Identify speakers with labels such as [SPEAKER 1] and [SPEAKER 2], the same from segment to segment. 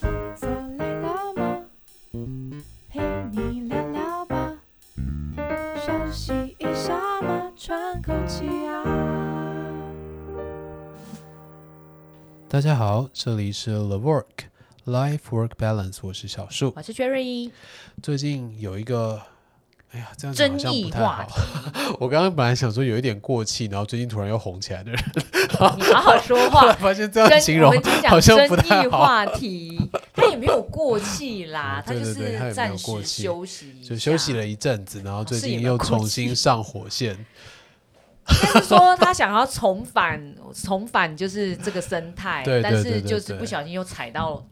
[SPEAKER 1] 坐累了吗？陪你聊聊吧，休息一下嘛，喘口气啊。
[SPEAKER 2] 大家好，这里是 The Work Life Work Balance，我是小树。
[SPEAKER 3] 我是 Cherry，
[SPEAKER 2] 最近有一个，哎呀，这样讲好像
[SPEAKER 3] 争议
[SPEAKER 2] 不太好
[SPEAKER 3] 话。
[SPEAKER 2] 我刚刚本来想说有一点过气，然后最近突然又红起来的人，
[SPEAKER 3] 你好好说
[SPEAKER 2] 后来
[SPEAKER 3] 话。
[SPEAKER 2] 发现这样
[SPEAKER 3] 跟
[SPEAKER 2] 形
[SPEAKER 3] 我
[SPEAKER 2] 容
[SPEAKER 3] 们今天
[SPEAKER 2] 好
[SPEAKER 3] 讲
[SPEAKER 2] 像
[SPEAKER 3] 争
[SPEAKER 2] 不太
[SPEAKER 3] 议
[SPEAKER 2] 好。
[SPEAKER 3] 话题，他也没有过气啦，他
[SPEAKER 2] 对
[SPEAKER 3] 就
[SPEAKER 2] 对对他也
[SPEAKER 3] 是
[SPEAKER 2] 没有
[SPEAKER 3] 暂
[SPEAKER 2] 过
[SPEAKER 3] 时
[SPEAKER 2] 气
[SPEAKER 3] 休息一下，
[SPEAKER 2] 就休息了一阵子，然后最
[SPEAKER 3] 是也
[SPEAKER 2] 近
[SPEAKER 3] 没有
[SPEAKER 2] 又
[SPEAKER 3] 过
[SPEAKER 2] 重
[SPEAKER 3] 气
[SPEAKER 2] 新上火
[SPEAKER 3] 哦
[SPEAKER 2] 线。
[SPEAKER 3] 应该是说他想要重返，重返就是这个生 态
[SPEAKER 2] 对，对
[SPEAKER 3] 但
[SPEAKER 2] 对对
[SPEAKER 3] 是就是
[SPEAKER 2] 对
[SPEAKER 3] 不小心又踩到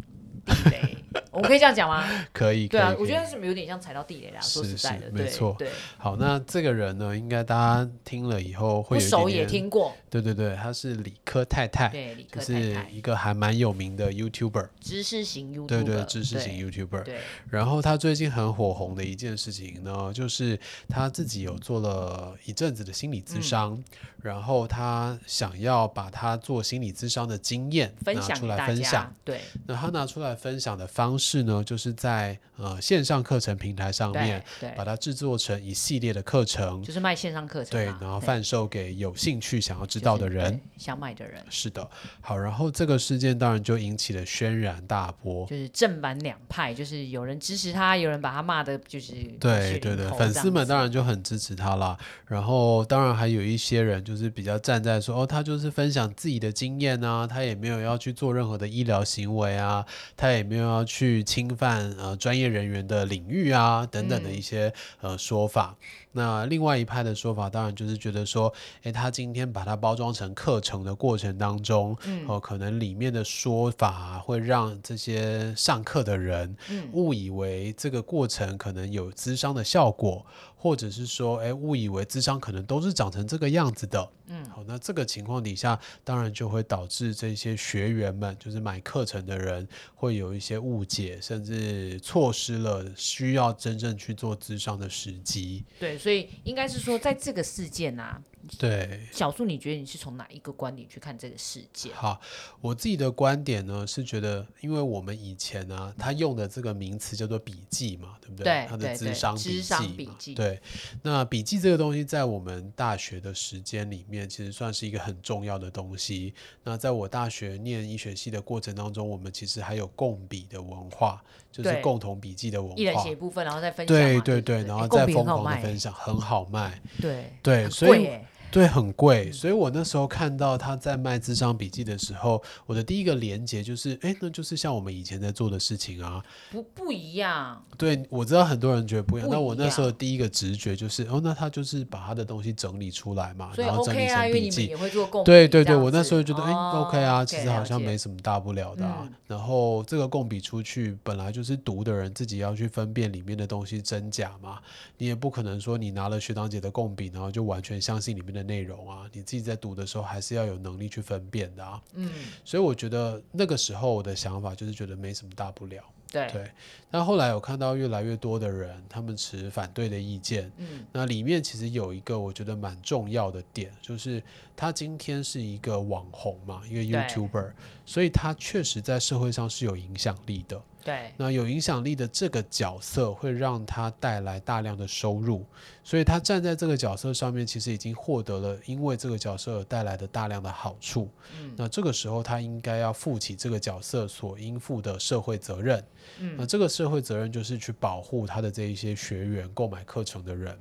[SPEAKER 3] 地雷。我们可以这样讲吗？
[SPEAKER 2] 可以，
[SPEAKER 3] 对啊
[SPEAKER 2] 可，以
[SPEAKER 3] 我觉
[SPEAKER 2] 可
[SPEAKER 3] 得
[SPEAKER 2] 以
[SPEAKER 3] 是有点像踩到地雷啦。说
[SPEAKER 2] 是
[SPEAKER 3] 实在
[SPEAKER 2] 是
[SPEAKER 3] 的，
[SPEAKER 2] 没
[SPEAKER 3] 对
[SPEAKER 2] 错
[SPEAKER 3] 对，
[SPEAKER 2] 好。那这个人呢，应该大家听了以后会有
[SPEAKER 3] 不
[SPEAKER 2] 一
[SPEAKER 3] 熟
[SPEAKER 2] 点
[SPEAKER 3] 也
[SPEAKER 2] 点
[SPEAKER 3] 听过，
[SPEAKER 2] 对对对，她是理科太太，
[SPEAKER 3] 对，理
[SPEAKER 2] 就
[SPEAKER 3] 科太
[SPEAKER 2] 哎是
[SPEAKER 3] 太，
[SPEAKER 2] 一个还蛮有名的 YouTuber，
[SPEAKER 3] 知识型 YouTube，
[SPEAKER 2] 对对，知识型 YouTuber。
[SPEAKER 3] 对，
[SPEAKER 2] 然后她最近很火红的一件事情呢，就是她自己有做了一阵子的心理咨
[SPEAKER 3] 嗯
[SPEAKER 2] 商，然后她想要把她做心理咨商的经验
[SPEAKER 3] 分
[SPEAKER 2] 拿
[SPEAKER 3] 享
[SPEAKER 2] 出
[SPEAKER 3] 给
[SPEAKER 2] 来
[SPEAKER 3] 大
[SPEAKER 2] 分
[SPEAKER 3] 家
[SPEAKER 2] 享。，
[SPEAKER 3] 对
[SPEAKER 2] 那她拿出来分享的方式呢，就是在呃线上课程平台上面
[SPEAKER 3] 对对
[SPEAKER 2] 把，它制作成一系列的课程，
[SPEAKER 3] 就是卖线上课程
[SPEAKER 2] 对，
[SPEAKER 3] 嘛，
[SPEAKER 2] 然后贩售给有兴趣想要知道的人。，哦
[SPEAKER 3] 就是对想买的人，
[SPEAKER 2] 是的，好，然后这个事件当然就引起了轩然大波。
[SPEAKER 3] 就是正反两派，就是有人支持他，有人把他骂的，就是
[SPEAKER 2] 对对对，粉丝们当然就很支持他啦。然后当然还有一些人就是比较站在说，哦，他就是分享自己的经验啊，他也没有要去做任何的医疗行为啊，他也没有要去侵犯呃专业人员的领域啊等等的一些、呃说法。那另外一派的说法，当然就是觉得说，诶，他今天把它包装成课程的过程当中，哦，可能里面的说法啊会让这些上课的人误以为这个过程可能有咨商的效果，或者是说，哎，误以为咨商可能都是长成这个样子的。嗯，好，那这个情况底下，当然就会导致这些学员们，就是买课程的人，会有一些误解，甚至错失了需要真正去做咨商的时机。
[SPEAKER 3] 对，所以应该是说，在这个事件啊，
[SPEAKER 2] 对，
[SPEAKER 3] 小树，你觉得你是从哪一个观点去看这个事件？
[SPEAKER 2] 好，我自己的观点呢是觉得，因为我们以前呢、他用的这个名词叫做笔记嘛，对不
[SPEAKER 3] 对
[SPEAKER 2] 他的
[SPEAKER 3] 对
[SPEAKER 2] 智
[SPEAKER 3] 对
[SPEAKER 2] 商
[SPEAKER 3] 智
[SPEAKER 2] 笔
[SPEAKER 3] 商
[SPEAKER 2] 记
[SPEAKER 3] 笔
[SPEAKER 2] 嘛
[SPEAKER 3] 记
[SPEAKER 2] 对，那笔记这个东西在我们大学的时间里面，其实算是一个很重要的东西。那在我大学念医学系的过程当中，我们其实还有共笔的文化，就是
[SPEAKER 3] 对
[SPEAKER 2] 共同笔记的文
[SPEAKER 3] 一人
[SPEAKER 2] 化
[SPEAKER 3] 写一。部分，然后再分享嘛，
[SPEAKER 2] 对
[SPEAKER 3] 对哎
[SPEAKER 2] 对对，然后再
[SPEAKER 3] 再
[SPEAKER 2] 疯狂的分享，很好卖。
[SPEAKER 3] 对
[SPEAKER 2] 对，
[SPEAKER 3] 很
[SPEAKER 2] 所以
[SPEAKER 3] 贵欸耶
[SPEAKER 2] 对，很
[SPEAKER 3] 嗯
[SPEAKER 2] 贵，所以我那时候看到他在卖智商笔记的时候，我的第一个连结就是，哎，那就是像我们以前在做的事情啊。
[SPEAKER 3] 不不一样，
[SPEAKER 2] 对，我知道很多人觉得不一样，
[SPEAKER 3] 不
[SPEAKER 2] 但我
[SPEAKER 3] 一
[SPEAKER 2] 那时候
[SPEAKER 3] 样
[SPEAKER 2] 第一个直觉就是，哦，那他就是把他的东西整理出来嘛，
[SPEAKER 3] 所以
[SPEAKER 2] 然后整
[SPEAKER 3] OK
[SPEAKER 2] 理
[SPEAKER 3] 啊，
[SPEAKER 2] 成
[SPEAKER 3] 因为你
[SPEAKER 2] 笔
[SPEAKER 3] 们
[SPEAKER 2] 记。
[SPEAKER 3] 也会做共鸣
[SPEAKER 2] 对对
[SPEAKER 3] 这
[SPEAKER 2] 对，
[SPEAKER 3] 样
[SPEAKER 2] 我那
[SPEAKER 3] 子
[SPEAKER 2] 时候觉得，哎、
[SPEAKER 3] 哦
[SPEAKER 2] o k 啊，其
[SPEAKER 3] OK，
[SPEAKER 2] 实好
[SPEAKER 3] 了
[SPEAKER 2] 像
[SPEAKER 3] 解
[SPEAKER 2] 没什么大不了的啊。
[SPEAKER 3] 嗯
[SPEAKER 2] 然后这个共笔出去，本来就是读的人自己要去分辨里面的东西真假嘛，你也不可能说你拿了学长姐的共笔，然后就完全相信里面的内容啊。你自己在读的时候，还是要有能力去分辨的啊。
[SPEAKER 3] 嗯，
[SPEAKER 2] 所以我觉得那个时候我的想法就是觉得没什么大不了。
[SPEAKER 3] 对
[SPEAKER 2] 对但后来我看到越来越多的人，他们持反对的意见。
[SPEAKER 3] 嗯，
[SPEAKER 2] 那里面其实有一个我觉得蛮重要的点，就是他今天是一个网红嘛，一个 YouTuber，所以他确实在社会上是有影响力的。
[SPEAKER 3] 对
[SPEAKER 2] 那有影响力的这个角色会让他带来大量的收入，所以他站在这个角色上面，其实已经获得了因为这个角色而带来的大量的好处。
[SPEAKER 3] 嗯
[SPEAKER 2] 那这个时候他应该要负起这个角色所应负的社会责任。
[SPEAKER 3] 嗯
[SPEAKER 2] 那这个社会责任就是去保护他的这一些学员购买课程的人。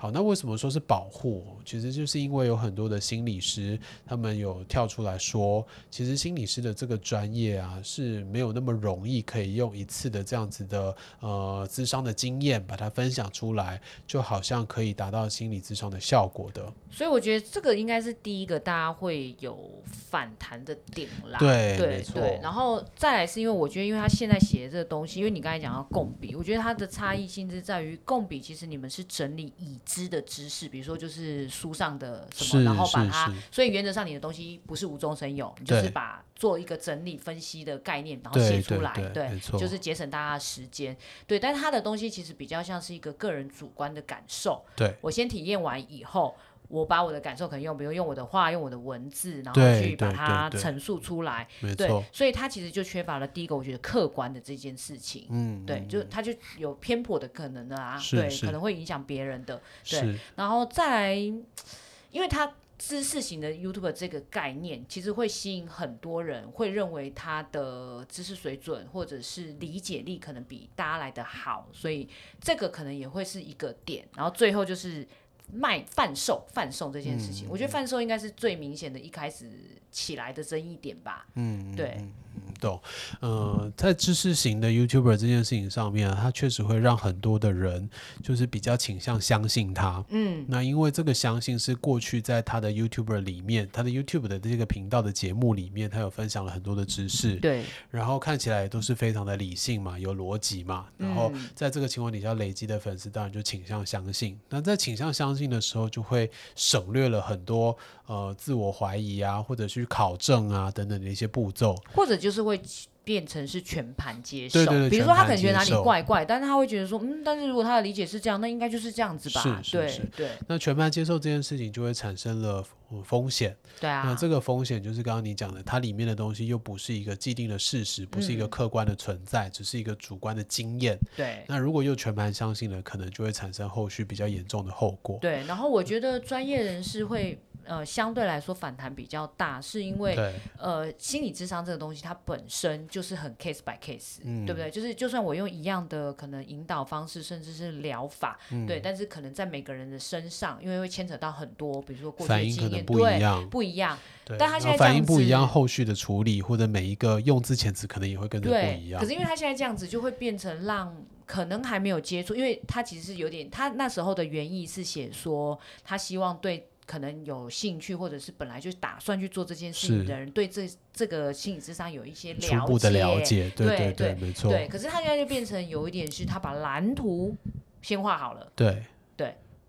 [SPEAKER 2] 好，那为什么说是保护？其实就是因为有很多的心理师，他们有跳出来说，其实心理师的这个专业啊是没有那么容易可以用一次的这样子的呃咨商的经验把它分享出来，就好像可以达到心理咨商的效果的。
[SPEAKER 3] 所以我觉得这个应该是第一个大家会有反弹的点啦。
[SPEAKER 2] 对没
[SPEAKER 3] 对
[SPEAKER 2] 错
[SPEAKER 3] 对，然后再来是因为我觉得，因为他现在写的这个东西，因为你刚才讲到共笔，我觉得它的差异性是在于共笔，其实你们是整理已知的知识，比如说就是书上的什
[SPEAKER 2] 是
[SPEAKER 3] 么，然后把
[SPEAKER 2] 是
[SPEAKER 3] 它
[SPEAKER 2] 是，
[SPEAKER 3] 所以原则上你的东西不是无中生有，你就
[SPEAKER 2] 对
[SPEAKER 3] 是把做一个整理分析的概念，然后
[SPEAKER 2] 对
[SPEAKER 3] 写出
[SPEAKER 2] 对
[SPEAKER 3] 来，
[SPEAKER 2] 对没错
[SPEAKER 3] 就是节省大家的时间。对，但是他的东西其实比较像是一个个人主观的感受，
[SPEAKER 2] 对
[SPEAKER 3] 我先体验完以后，我把我的感受可能用，比如用我的话，用我的文字，然后
[SPEAKER 2] 对
[SPEAKER 3] 去把
[SPEAKER 2] 对
[SPEAKER 3] 它
[SPEAKER 2] 对对
[SPEAKER 3] 陈述出来。
[SPEAKER 2] 没
[SPEAKER 3] 对
[SPEAKER 2] 错，，
[SPEAKER 3] 所以他其实就缺乏了第一个，我觉得客观的这件事情。
[SPEAKER 2] 嗯，
[SPEAKER 3] 对，
[SPEAKER 2] 嗯
[SPEAKER 3] 就他就有偏颇的可能的啊，
[SPEAKER 2] 是
[SPEAKER 3] 对，
[SPEAKER 2] 是
[SPEAKER 3] 可能会影响别人的。对
[SPEAKER 2] 是
[SPEAKER 3] 然后再来，因为他知识型的 YouTube 这个概念，其实会吸引很多人，会认为他的知识水准或者是理解力可能比大家来的好，所以这个可能也会是一个点。然后最后就是。卖贩售贩售这件事情，
[SPEAKER 2] 嗯
[SPEAKER 3] 我觉得贩售应该是最明显的一开始起来的争议点吧。
[SPEAKER 2] 嗯，
[SPEAKER 3] 对
[SPEAKER 2] 嗯，嗯懂。呃，在知识型的 YouTuber 这件事情上面、啊，它确实会让很多的人就是比较倾向相信他。
[SPEAKER 3] 嗯，
[SPEAKER 2] 那因为这个相信是过去在他的 YouTuber 里面，他的 YouTube 的这个频道的节目里面，他有分享了很多的知识，
[SPEAKER 3] 对，
[SPEAKER 2] 然后看起来也都是非常的理性嘛，有逻辑嘛，然后
[SPEAKER 3] 嗯
[SPEAKER 2] 在这个情况底下累积的粉丝当然就倾向相信。那在倾向相信的时候，就会省略了很多呃自我怀疑啊，或者去考证啊等等的一些步骤。
[SPEAKER 3] 或者就是会变成是全盘接受。
[SPEAKER 2] 对对对
[SPEAKER 3] 比如说他
[SPEAKER 2] 全盘
[SPEAKER 3] 可能觉得哪
[SPEAKER 2] 接
[SPEAKER 3] 里
[SPEAKER 2] 受
[SPEAKER 3] 怪怪，但是他会觉得说，嗯，但是如果他的理解是这样，那应该就是这样子吧。
[SPEAKER 2] 是是
[SPEAKER 3] 对
[SPEAKER 2] 是
[SPEAKER 3] 对
[SPEAKER 2] 那全盘接受这件事情就会产生了 呃风险。
[SPEAKER 3] 对啊。
[SPEAKER 2] 那这个风险就是刚刚你讲的，它里面的东西又不是一个既定的事实，不是一个
[SPEAKER 3] 嗯
[SPEAKER 2] 客观的存在，只是一个主观的经验。
[SPEAKER 3] 对
[SPEAKER 2] 那如果又全盘相信了，可能就会产生后续比较严重的后果。
[SPEAKER 3] 对，然后我觉得专业人士会。呃，相对来说反弹比较大，是因为
[SPEAKER 2] 对，
[SPEAKER 3] 呃，心理智商这个东西它本身就是很 case by case，、
[SPEAKER 2] 嗯
[SPEAKER 3] 对不对？就是就算我用一样的可能引导方式，甚至是疗法，
[SPEAKER 2] 嗯
[SPEAKER 3] 对，但是可能在每个人的身上，因为会牵扯到很多，比如说过去
[SPEAKER 2] 反
[SPEAKER 3] 的
[SPEAKER 2] 应可
[SPEAKER 3] 经
[SPEAKER 2] 能
[SPEAKER 3] 验，
[SPEAKER 2] 不一
[SPEAKER 3] 对，
[SPEAKER 2] 样。
[SPEAKER 3] 不一样。
[SPEAKER 2] 对，
[SPEAKER 3] 但他
[SPEAKER 2] 然
[SPEAKER 3] 现
[SPEAKER 2] 后
[SPEAKER 3] 在这
[SPEAKER 2] 反
[SPEAKER 3] 样
[SPEAKER 2] 应不一
[SPEAKER 3] 子
[SPEAKER 2] 样，后续的处理或者每一个用字遣词可能也会跟着不一
[SPEAKER 3] 对，
[SPEAKER 2] 样
[SPEAKER 3] 可。是因为他现在这样子，就会变成让可能还没有接触，因为他其实是有点，他那时候的原意是写说，他希望对可能有兴趣或者是本来就打算去做这件事情的人，对这这个心理智商有一些
[SPEAKER 2] 初
[SPEAKER 3] 了
[SPEAKER 2] 步的了
[SPEAKER 3] 解。
[SPEAKER 2] 解，对
[SPEAKER 3] 对
[SPEAKER 2] 对
[SPEAKER 3] 对
[SPEAKER 2] 没错，
[SPEAKER 3] 对，可是他现在就变成有一点是他把蓝图先画好了，
[SPEAKER 2] 对。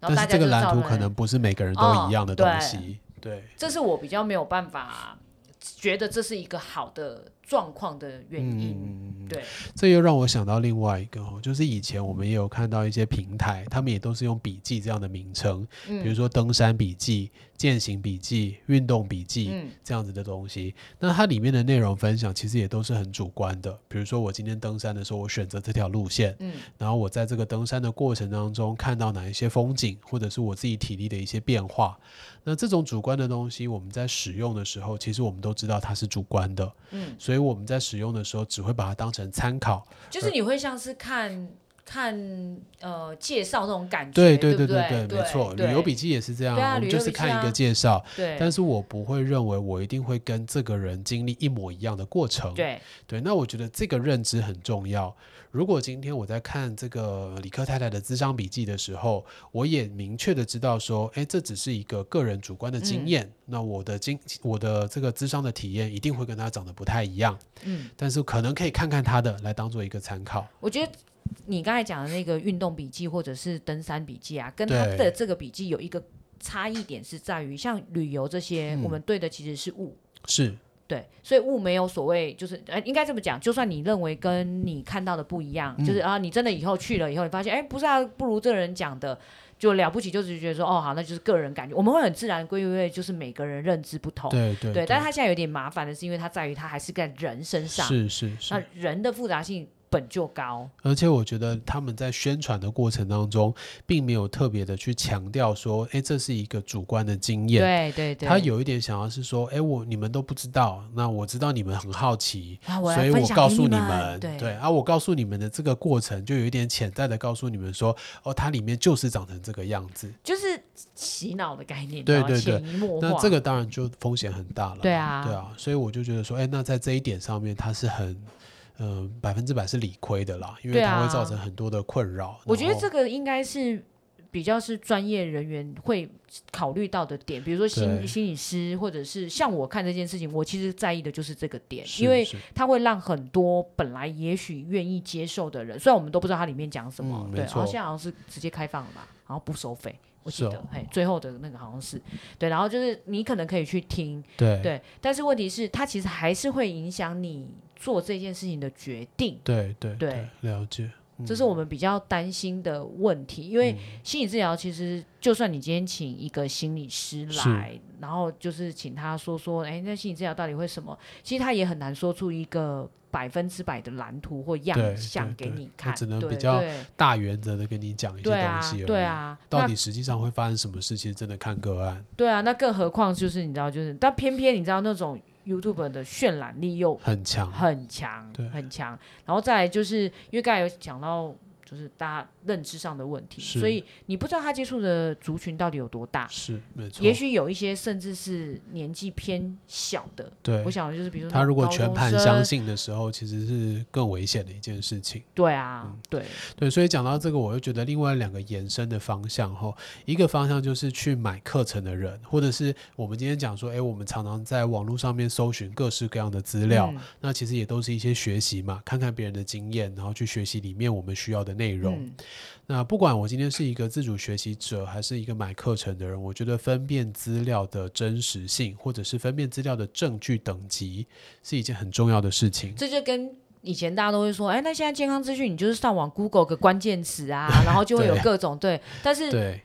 [SPEAKER 3] 然
[SPEAKER 2] 但
[SPEAKER 3] 后大
[SPEAKER 2] 是这
[SPEAKER 3] 家
[SPEAKER 2] 个
[SPEAKER 3] 就照
[SPEAKER 2] 蓝图
[SPEAKER 3] 着
[SPEAKER 2] 可能不是每个人
[SPEAKER 3] 哦
[SPEAKER 2] 都一样的
[SPEAKER 3] 对
[SPEAKER 2] 东西，对，
[SPEAKER 3] 这是我比较没有办法觉得这是一个好的状况的原因。
[SPEAKER 2] 嗯
[SPEAKER 3] 对，
[SPEAKER 2] 这又让我想到另外一个哦，就是以前我们也有看到一些平台，他们也都是用笔记这样的名称，比如
[SPEAKER 3] 嗯
[SPEAKER 2] 说登山笔记、健行笔记、运动笔记。
[SPEAKER 3] 嗯
[SPEAKER 2] 这样子的东西，那它里面的内容分享其实也都是很主观的。比如说，我今天登山的时候，我选择这条路线，
[SPEAKER 3] 嗯
[SPEAKER 2] 然后我在这个登山的过程当中看到哪一些风景，或者是我自己体力的一些变化。那这种主观的东西，我们在使用的时候，其实我们都知道它是主观的，
[SPEAKER 3] 嗯，
[SPEAKER 2] 所以我们在使用的时候只会把它当成参考。
[SPEAKER 3] 就是你会像是看看呃介绍那种感觉，
[SPEAKER 2] 对
[SPEAKER 3] 对
[SPEAKER 2] 对
[SPEAKER 3] 不
[SPEAKER 2] 对
[SPEAKER 3] 对，
[SPEAKER 2] 没错，旅游笔记也是这样，
[SPEAKER 3] 对啊
[SPEAKER 2] 我
[SPEAKER 3] 旅
[SPEAKER 2] 们
[SPEAKER 3] 游
[SPEAKER 2] 就是
[SPEAKER 3] 笔记
[SPEAKER 2] 看一
[SPEAKER 3] 啊
[SPEAKER 2] 个介绍，
[SPEAKER 3] 对，
[SPEAKER 2] 但是我不会认为我一定会跟这个人经历一模一样的过程。
[SPEAKER 3] 对
[SPEAKER 2] 对，那我觉得这个认知很重要。如果今天我在看这个李克太太的《智商笔记》的时候，我也明确的知道说，哎，这只是一个个人主观的经
[SPEAKER 3] 嗯
[SPEAKER 2] 验，那我的经我的这个智商的体验一定会跟他长得不太一样，
[SPEAKER 3] 嗯，
[SPEAKER 2] 但是可能可以看看他的来当做一个参考。
[SPEAKER 3] 我觉得。你刚才讲的那个运动笔记或者是登山笔记啊，跟他
[SPEAKER 2] 对
[SPEAKER 3] 的这个笔记有一个差异点是在于，像旅游这些，
[SPEAKER 2] 嗯
[SPEAKER 3] 我们对的其实是物，
[SPEAKER 2] 是，
[SPEAKER 3] 对，所以物没有所谓，就是呃，应该这么讲，就算你认为跟你看到的不一样，就是
[SPEAKER 2] 嗯
[SPEAKER 3] 啊，你真的以后去了以后，你发现哎，不是啊，不如这个人讲的，就了不起，就是觉得说哦，好，那就是个人感觉，我们会很自然归为就是每个人认知不同，
[SPEAKER 2] 对对
[SPEAKER 3] 哦对，但是他现在有点麻烦的是，因为他在于他还是在人身上，
[SPEAKER 2] 是是是
[SPEAKER 3] 那，人的复杂性本就高，
[SPEAKER 2] 而且我觉得他们在宣传的过程当中，并没有特别的去强调说，哎，这是一个主观的经验。
[SPEAKER 3] 对对对，
[SPEAKER 2] 他有一点想要是说，哎，我你们都不知道，那我知道你们很好奇，
[SPEAKER 3] 啊，我
[SPEAKER 2] 所
[SPEAKER 3] 来
[SPEAKER 2] 以
[SPEAKER 3] 分
[SPEAKER 2] 我
[SPEAKER 3] 享
[SPEAKER 2] 告
[SPEAKER 3] 给
[SPEAKER 2] 诉
[SPEAKER 3] 你
[SPEAKER 2] 们，
[SPEAKER 3] 对
[SPEAKER 2] 对啊，我告诉你们的这个过程，就有一点潜在的告诉你们说，哦，它里面就是长成这个样子。
[SPEAKER 3] 就是洗脑的概念，
[SPEAKER 2] 对
[SPEAKER 3] 然后
[SPEAKER 2] 对对
[SPEAKER 3] 潜移默化，
[SPEAKER 2] 那这个当然就风险很大了，
[SPEAKER 3] 对啊
[SPEAKER 2] 对啊，所以我就觉得说，哎，那在这一点上面，它是很。嗯，百分之百是理亏的啦，因为
[SPEAKER 3] 对
[SPEAKER 2] 它
[SPEAKER 3] 啊
[SPEAKER 2] 会造成很多的困扰。
[SPEAKER 3] 我觉得
[SPEAKER 2] 然后
[SPEAKER 3] 这个应该是比较是专业人员会考虑到的点，比如说
[SPEAKER 2] 对
[SPEAKER 3] 心心理师，或者是像我看这件事情，我其实在意的就是这个点，
[SPEAKER 2] 是
[SPEAKER 3] 因为
[SPEAKER 2] 是
[SPEAKER 3] 它会让很多本来也许愿意接受的人，虽然我们都不知道它里面讲什么，
[SPEAKER 2] 嗯没
[SPEAKER 3] 对，然后
[SPEAKER 2] 错
[SPEAKER 3] 现在好像是直接开放了吧，然后不收费。我记
[SPEAKER 2] 是
[SPEAKER 3] 得，
[SPEAKER 2] 哦
[SPEAKER 3] 嘿，最后的那个好像是对，然后就是你可能可以去听，
[SPEAKER 2] 对
[SPEAKER 3] 对，但是问题是，它其实还是会影响你做这件事情的决定。
[SPEAKER 2] 对对
[SPEAKER 3] 对，
[SPEAKER 2] 了解。
[SPEAKER 3] 这是我们比较担心的问题，
[SPEAKER 2] 嗯
[SPEAKER 3] 因为心理治疗其实，就算你今天请一个心理师来
[SPEAKER 2] 是，
[SPEAKER 3] 然后就是请他说说，哎，那心理治疗到底会什么？其实他也很难说出一个百分之百的蓝图或
[SPEAKER 2] 对
[SPEAKER 3] 样相
[SPEAKER 2] 对
[SPEAKER 3] 给
[SPEAKER 2] 对
[SPEAKER 3] 你
[SPEAKER 2] 他
[SPEAKER 3] 看，
[SPEAKER 2] 只能比
[SPEAKER 3] 对
[SPEAKER 2] 较
[SPEAKER 3] 对
[SPEAKER 2] 大原则的跟你讲一些
[SPEAKER 3] 对
[SPEAKER 2] 东
[SPEAKER 3] 啊
[SPEAKER 2] 西而已。，
[SPEAKER 3] 对啊，
[SPEAKER 2] 到
[SPEAKER 3] 那
[SPEAKER 2] 底实际上会发生什么事，其实真的看个案，
[SPEAKER 3] 对啊，那更何况就是你知道，就是但偏偏你知道那种 YouTube 的渲染力又
[SPEAKER 2] 很强。
[SPEAKER 3] 很强
[SPEAKER 2] 对，
[SPEAKER 3] 很强。然后再来就是因为刚才有讲到，就是大家认知上的问题，
[SPEAKER 2] 是
[SPEAKER 3] 所以你不知道他接触的族群到底有多大。
[SPEAKER 2] 是，没错。
[SPEAKER 3] 也许有一些甚至是年纪偏小的，
[SPEAKER 2] 对
[SPEAKER 3] 我，想就是比如说
[SPEAKER 2] 他如果
[SPEAKER 3] 高中
[SPEAKER 2] 全盘
[SPEAKER 3] 生
[SPEAKER 2] 相，信的时候，其实是更危险的一件事情。
[SPEAKER 3] 对啊，
[SPEAKER 2] 嗯
[SPEAKER 3] 对，
[SPEAKER 2] 对，所以讲到这个，我又觉得另外两个延伸的方向吼，一个方向就是去买课程的人，或者是我们今天讲说，诶，我们常常在网络上面搜寻各式各样的资料，
[SPEAKER 3] 嗯
[SPEAKER 2] 那其实也都是一些学习嘛，看看别人的经验，然后去学习里面我们需要的内容。
[SPEAKER 3] 嗯
[SPEAKER 2] 那不管我今天是一个自主学习者，还是一个买课程的人，我觉得分辨资料的真实性，或者是分辨资料的证据等级，是一件很重要的事情。
[SPEAKER 3] 这就跟以前大家都会说，哎，那现在健康资讯你就是上网 Google 个关键词 啊，然后就会有
[SPEAKER 2] 对
[SPEAKER 3] 各种对，但是
[SPEAKER 2] 对，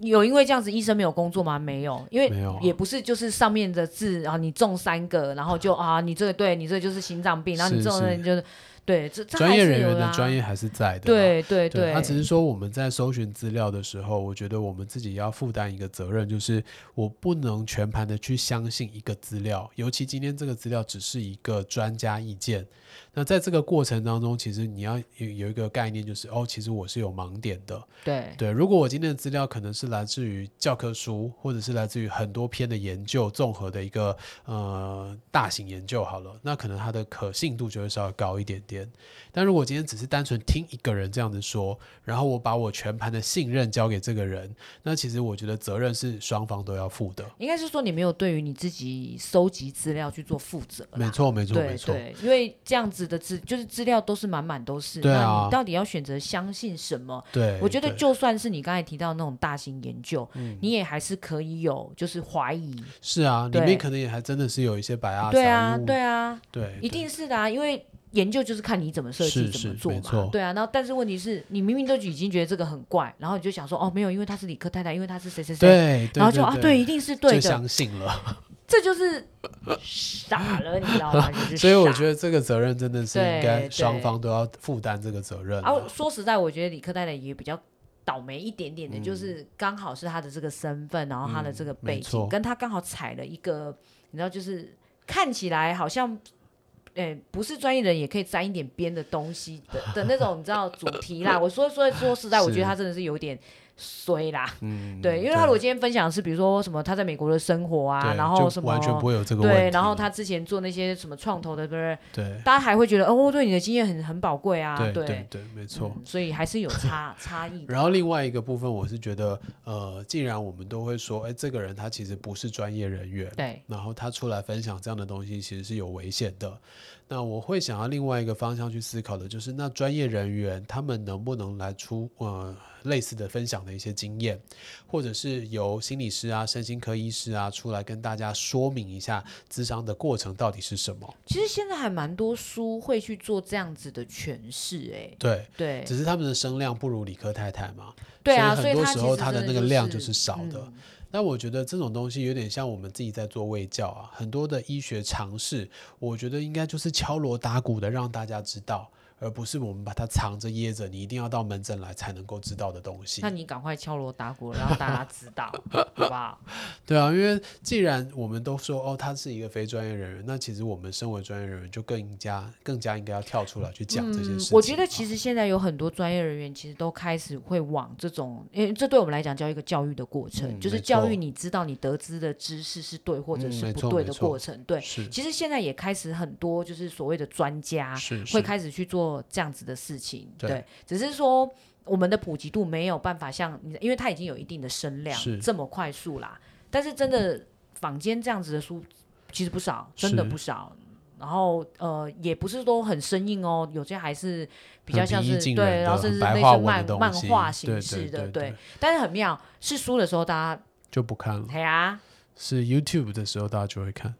[SPEAKER 3] 有因为这样子医生没有工作吗？没有，因为
[SPEAKER 2] 没有啊
[SPEAKER 3] 也不是就是上面的字，然后你中三个，然后 就啊，你这个对你这个就是心脏病，然后你
[SPEAKER 2] 是
[SPEAKER 3] 中了
[SPEAKER 2] 是
[SPEAKER 3] 你就是对，这这
[SPEAKER 2] 专业
[SPEAKER 3] 还是
[SPEAKER 2] 人员
[SPEAKER 3] 有
[SPEAKER 2] 的
[SPEAKER 3] 啊
[SPEAKER 2] 专业还是在的。。
[SPEAKER 3] 对对
[SPEAKER 2] 对，他只
[SPEAKER 3] 对，
[SPEAKER 2] 是说我们在搜寻资料的时候，我觉得我们自己要负担一个责任，就是我不能全盘的去相信一个资料，尤其今天这个资料只是一个专家意见。那在这个过程当中，其实你要有有一个概念，就是哦，其实我是有盲点的。
[SPEAKER 3] 对
[SPEAKER 2] 对，如果我今天的资料可能是来自于教科书，或者是来自于很多篇的研究综合的一个呃大型研究好了，那可能它的可信度就会稍微高一点点。但如果今天只是单纯听一个人这样子说，然后我把我全盘的信任交给这个人，那其实我觉得责任是双方都要负的。
[SPEAKER 3] 应该是说你没有对于你自己收集资料去做负责啦
[SPEAKER 2] 没错，没错，
[SPEAKER 3] 对
[SPEAKER 2] 没错。
[SPEAKER 3] 对，因为这样子的资就是资料都是满满都是，
[SPEAKER 2] 对啊
[SPEAKER 3] 那你到底要选择相信什么？
[SPEAKER 2] 对，
[SPEAKER 3] 我觉得
[SPEAKER 2] 对嗯
[SPEAKER 3] 就算是你刚才提到那种大型研究，你也还是可以有就是怀疑，
[SPEAKER 2] 是啊，里
[SPEAKER 3] 对
[SPEAKER 2] 面可能也还真的是有一些白阿
[SPEAKER 3] 对啊，对啊，
[SPEAKER 2] 哎对，
[SPEAKER 3] 一定是的啊，因为研究就是看你怎么设计、
[SPEAKER 2] 是
[SPEAKER 3] 怎
[SPEAKER 2] 是
[SPEAKER 3] 么做
[SPEAKER 2] 没
[SPEAKER 3] 嘛
[SPEAKER 2] 错。
[SPEAKER 3] 对啊，然后但是问题是你明明都已经觉得这个很怪，然后你就想说哦没有，因为他是理科太太，因为他是谁谁谁，
[SPEAKER 2] 对，对
[SPEAKER 3] 然后就
[SPEAKER 2] 对
[SPEAKER 3] 啊对，一定是对
[SPEAKER 2] 就
[SPEAKER 3] 的，
[SPEAKER 2] 相信了。
[SPEAKER 3] 这就是 傻了，你知道吗？就是
[SPEAKER 2] 所以我觉
[SPEAKER 3] 得。
[SPEAKER 2] 得这个责任真的是应该
[SPEAKER 3] 对
[SPEAKER 2] 双
[SPEAKER 3] 对
[SPEAKER 2] 方都要负担这个责任啊、
[SPEAKER 3] 啊，说实在，我觉得理科太太也比较倒霉一点点的，就是刚好是他的这个身份，然后他的这个
[SPEAKER 2] 嗯
[SPEAKER 3] 背
[SPEAKER 2] 没
[SPEAKER 3] 景，
[SPEAKER 2] 错
[SPEAKER 3] 跟他刚好踩了一个，你知道，就是看起来好像，诶、不是专业人也可以沾一点边的东西的的那种，你知道主题啦。我说说说实在，我觉
[SPEAKER 2] 是
[SPEAKER 3] 得他真的是有点衰啦。
[SPEAKER 2] 嗯
[SPEAKER 3] 对，因为他如果今天分享的是比如说什么他在美国的生活啊，
[SPEAKER 2] 对
[SPEAKER 3] 然
[SPEAKER 2] 就
[SPEAKER 3] 后什么
[SPEAKER 2] 完全不会有这个问题。
[SPEAKER 3] 对，然后他之前做那些什么创投的，对不对？
[SPEAKER 2] 对
[SPEAKER 3] 大家还会觉得哦，对你的经验很很宝贵啊，
[SPEAKER 2] 对对对，没错。
[SPEAKER 3] 嗯所以还是有 差差异的。
[SPEAKER 2] 然后另外一个部分，我是觉得，呃，既然我们都会说，哎，这个人他其实不是专业人员，
[SPEAKER 3] 对，
[SPEAKER 2] 然后他出来分享这样的东西，其实是有危险的。那我会想要另外一个方向去思考的，就是那专业人员他们能不能来出呃类似的分享的一些经验，或者是由心理师啊、身心科医师啊出来跟大家说明一下咨商的过程到底是什么？
[SPEAKER 3] 其实现在还蛮多书会去做这样子的诠释、
[SPEAKER 2] 对，
[SPEAKER 3] 哎，对，
[SPEAKER 2] 只是他们的声量不如理科太太嘛。
[SPEAKER 3] 对啊，
[SPEAKER 2] 所
[SPEAKER 3] 所
[SPEAKER 2] 以很多
[SPEAKER 3] 他
[SPEAKER 2] 时
[SPEAKER 3] 其
[SPEAKER 2] 候
[SPEAKER 3] 实
[SPEAKER 2] 它的
[SPEAKER 3] 真
[SPEAKER 2] 那个
[SPEAKER 3] 就
[SPEAKER 2] 量就是是少的
[SPEAKER 3] 嗯
[SPEAKER 2] 但我觉得这种东西有点像我们自己在做卫教啊，很多的医学常识，我觉得应该就是敲锣打鼓的让大家知道，而不是我们把它藏着掖着，你一定要到门诊来才能够知道的东西
[SPEAKER 3] 那。你赶快敲锣打鼓，让大家知 道，好不好？嗯
[SPEAKER 2] 对啊，因为既然我们都说哦，他是一个非专业人员，那其实我们身为专业人员就更加更加应该要跳出来去讲这些事情啊、
[SPEAKER 3] 嗯我觉得其实现在有很多专业人员其实都开始会往这种，因为这对我们来讲叫一个教育的过程，
[SPEAKER 2] 嗯
[SPEAKER 3] 就是
[SPEAKER 2] 没
[SPEAKER 3] 教
[SPEAKER 2] 错
[SPEAKER 3] 育你知道你得知的知识是对或者
[SPEAKER 2] 嗯
[SPEAKER 3] 是
[SPEAKER 2] 没
[SPEAKER 3] 不
[SPEAKER 2] 错
[SPEAKER 3] 对
[SPEAKER 2] 没
[SPEAKER 3] 的
[SPEAKER 2] 错
[SPEAKER 3] 过程，对。
[SPEAKER 2] 啊是
[SPEAKER 3] 其实现在也开始很多就是所谓的专家，
[SPEAKER 2] 是
[SPEAKER 3] 会
[SPEAKER 2] 是
[SPEAKER 3] 开始去做这样子的事情。
[SPEAKER 2] 对
[SPEAKER 3] 只是说我们的普及度没有办法像，因为它已经有一定的声量
[SPEAKER 2] 是，
[SPEAKER 3] 这么快速啦。但是真的坊间这样子的书其实不少，真的
[SPEAKER 2] 是
[SPEAKER 3] 不少。然后呃，也不是都很生硬哦，有些还是比较
[SPEAKER 2] 很
[SPEAKER 3] 像
[SPEAKER 2] 平易
[SPEAKER 3] 是
[SPEAKER 2] 近人
[SPEAKER 3] 对，
[SPEAKER 2] 的
[SPEAKER 3] 然后甚
[SPEAKER 2] 很
[SPEAKER 3] 至
[SPEAKER 2] 白
[SPEAKER 3] 类
[SPEAKER 2] 话
[SPEAKER 3] 似
[SPEAKER 2] 文的
[SPEAKER 3] 漫
[SPEAKER 2] 东
[SPEAKER 3] 漫
[SPEAKER 2] 西
[SPEAKER 3] 画
[SPEAKER 2] 对
[SPEAKER 3] 形式
[SPEAKER 2] 对
[SPEAKER 3] 的，
[SPEAKER 2] 对对
[SPEAKER 3] 但是很妙，是书的时候大家
[SPEAKER 2] 就不看了，
[SPEAKER 3] 哎呀，
[SPEAKER 2] 是 YouTube 的时候大家就会看。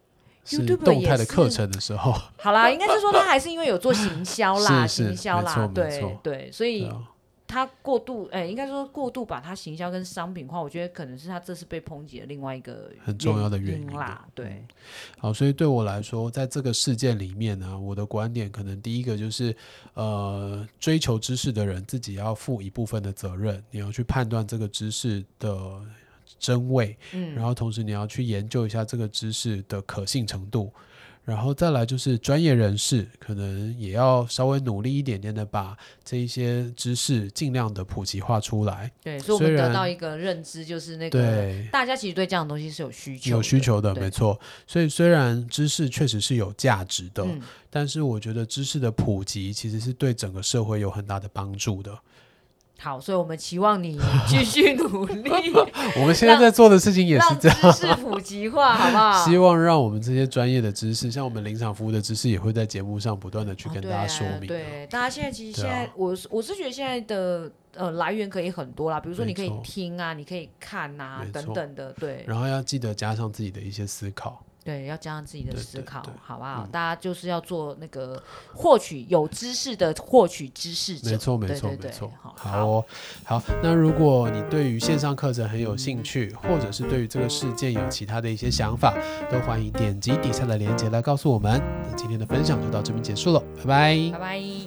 [SPEAKER 2] 是
[SPEAKER 3] YouTuber
[SPEAKER 2] 动态
[SPEAKER 3] 也
[SPEAKER 2] 的
[SPEAKER 3] 是
[SPEAKER 2] 课程的时候，
[SPEAKER 3] 好啦，应该是说他还是因为有做行销啦，
[SPEAKER 2] 是是
[SPEAKER 3] 行销
[SPEAKER 2] 没错
[SPEAKER 3] 啦，
[SPEAKER 2] 没
[SPEAKER 3] 对
[SPEAKER 2] 错
[SPEAKER 3] 对，所
[SPEAKER 2] 对
[SPEAKER 3] 以
[SPEAKER 2] 啊
[SPEAKER 3] 他过度，哎、应该说过度把他行销跟商品化，我觉得可能是他这次被抨击的另外一个
[SPEAKER 2] 很重要的原因
[SPEAKER 3] 啦，对，
[SPEAKER 2] 好，所以对我来说，在这个事件里面呢，我的观点可能第一个就是，呃，追求知识的人自己要负一部分的责任，你要去判断这个知识的真伪，然
[SPEAKER 3] 嗯，
[SPEAKER 2] 后同时你要去研究一下这个知识的可信程度，然后再来就是专业人士可能也要稍微努力一点点的把这一些知识尽量的普及化出来。
[SPEAKER 3] 对，所以我们
[SPEAKER 2] 虽然
[SPEAKER 3] 得到一个认知，就是那个
[SPEAKER 2] 对，
[SPEAKER 3] 大家其实对这样的东西是有需求，
[SPEAKER 2] 有需求的，
[SPEAKER 3] 对
[SPEAKER 2] 没错。所以虽然知识确实是有价值的，
[SPEAKER 3] 嗯，
[SPEAKER 2] 但是我觉得知识的普及其实是对整个社会有很大的帮助 的。
[SPEAKER 3] 好，所以我们期望你继续努力，
[SPEAKER 2] 我们现在在做的事情 也是
[SPEAKER 3] 让
[SPEAKER 2] 这
[SPEAKER 3] 知
[SPEAKER 2] 样，
[SPEAKER 3] 识普及化，好不好？
[SPEAKER 2] 希望让我们这些专业的知识，像我们临场服务的知识，也会在节目上不断的去
[SPEAKER 3] 哦
[SPEAKER 2] 跟大
[SPEAKER 3] 对
[SPEAKER 2] 家
[SPEAKER 3] 啊
[SPEAKER 2] 说明、
[SPEAKER 3] 对,、大家现在其实
[SPEAKER 2] 对
[SPEAKER 3] 现
[SPEAKER 2] 啊
[SPEAKER 3] 在，我是我是觉得现在的呃来源可以很多啦，比如说
[SPEAKER 2] 没
[SPEAKER 3] 你可以
[SPEAKER 2] 错
[SPEAKER 3] 听啊，你可以看啊
[SPEAKER 2] 没
[SPEAKER 3] 等
[SPEAKER 2] 错
[SPEAKER 3] 等的，对
[SPEAKER 2] 然后要记得加上自己的一些思考。
[SPEAKER 3] 对，要加上自己的
[SPEAKER 2] 对
[SPEAKER 3] 思
[SPEAKER 2] 对
[SPEAKER 3] 考
[SPEAKER 2] 对，
[SPEAKER 3] 好不好？
[SPEAKER 2] 嗯
[SPEAKER 3] 大家就是要做那个获取有知识的获取知识者，
[SPEAKER 2] 没错，没
[SPEAKER 3] 对
[SPEAKER 2] 错，
[SPEAKER 3] 对
[SPEAKER 2] 没
[SPEAKER 3] 对
[SPEAKER 2] 错。
[SPEAKER 3] 好
[SPEAKER 2] 好哦，好。那如果你对于线上课程很有兴趣，或者是对于这个事件有其他的一些想法，都欢迎点击底下的链接来告诉我们。那今天的分享就到这边结束了，拜拜
[SPEAKER 3] 拜拜。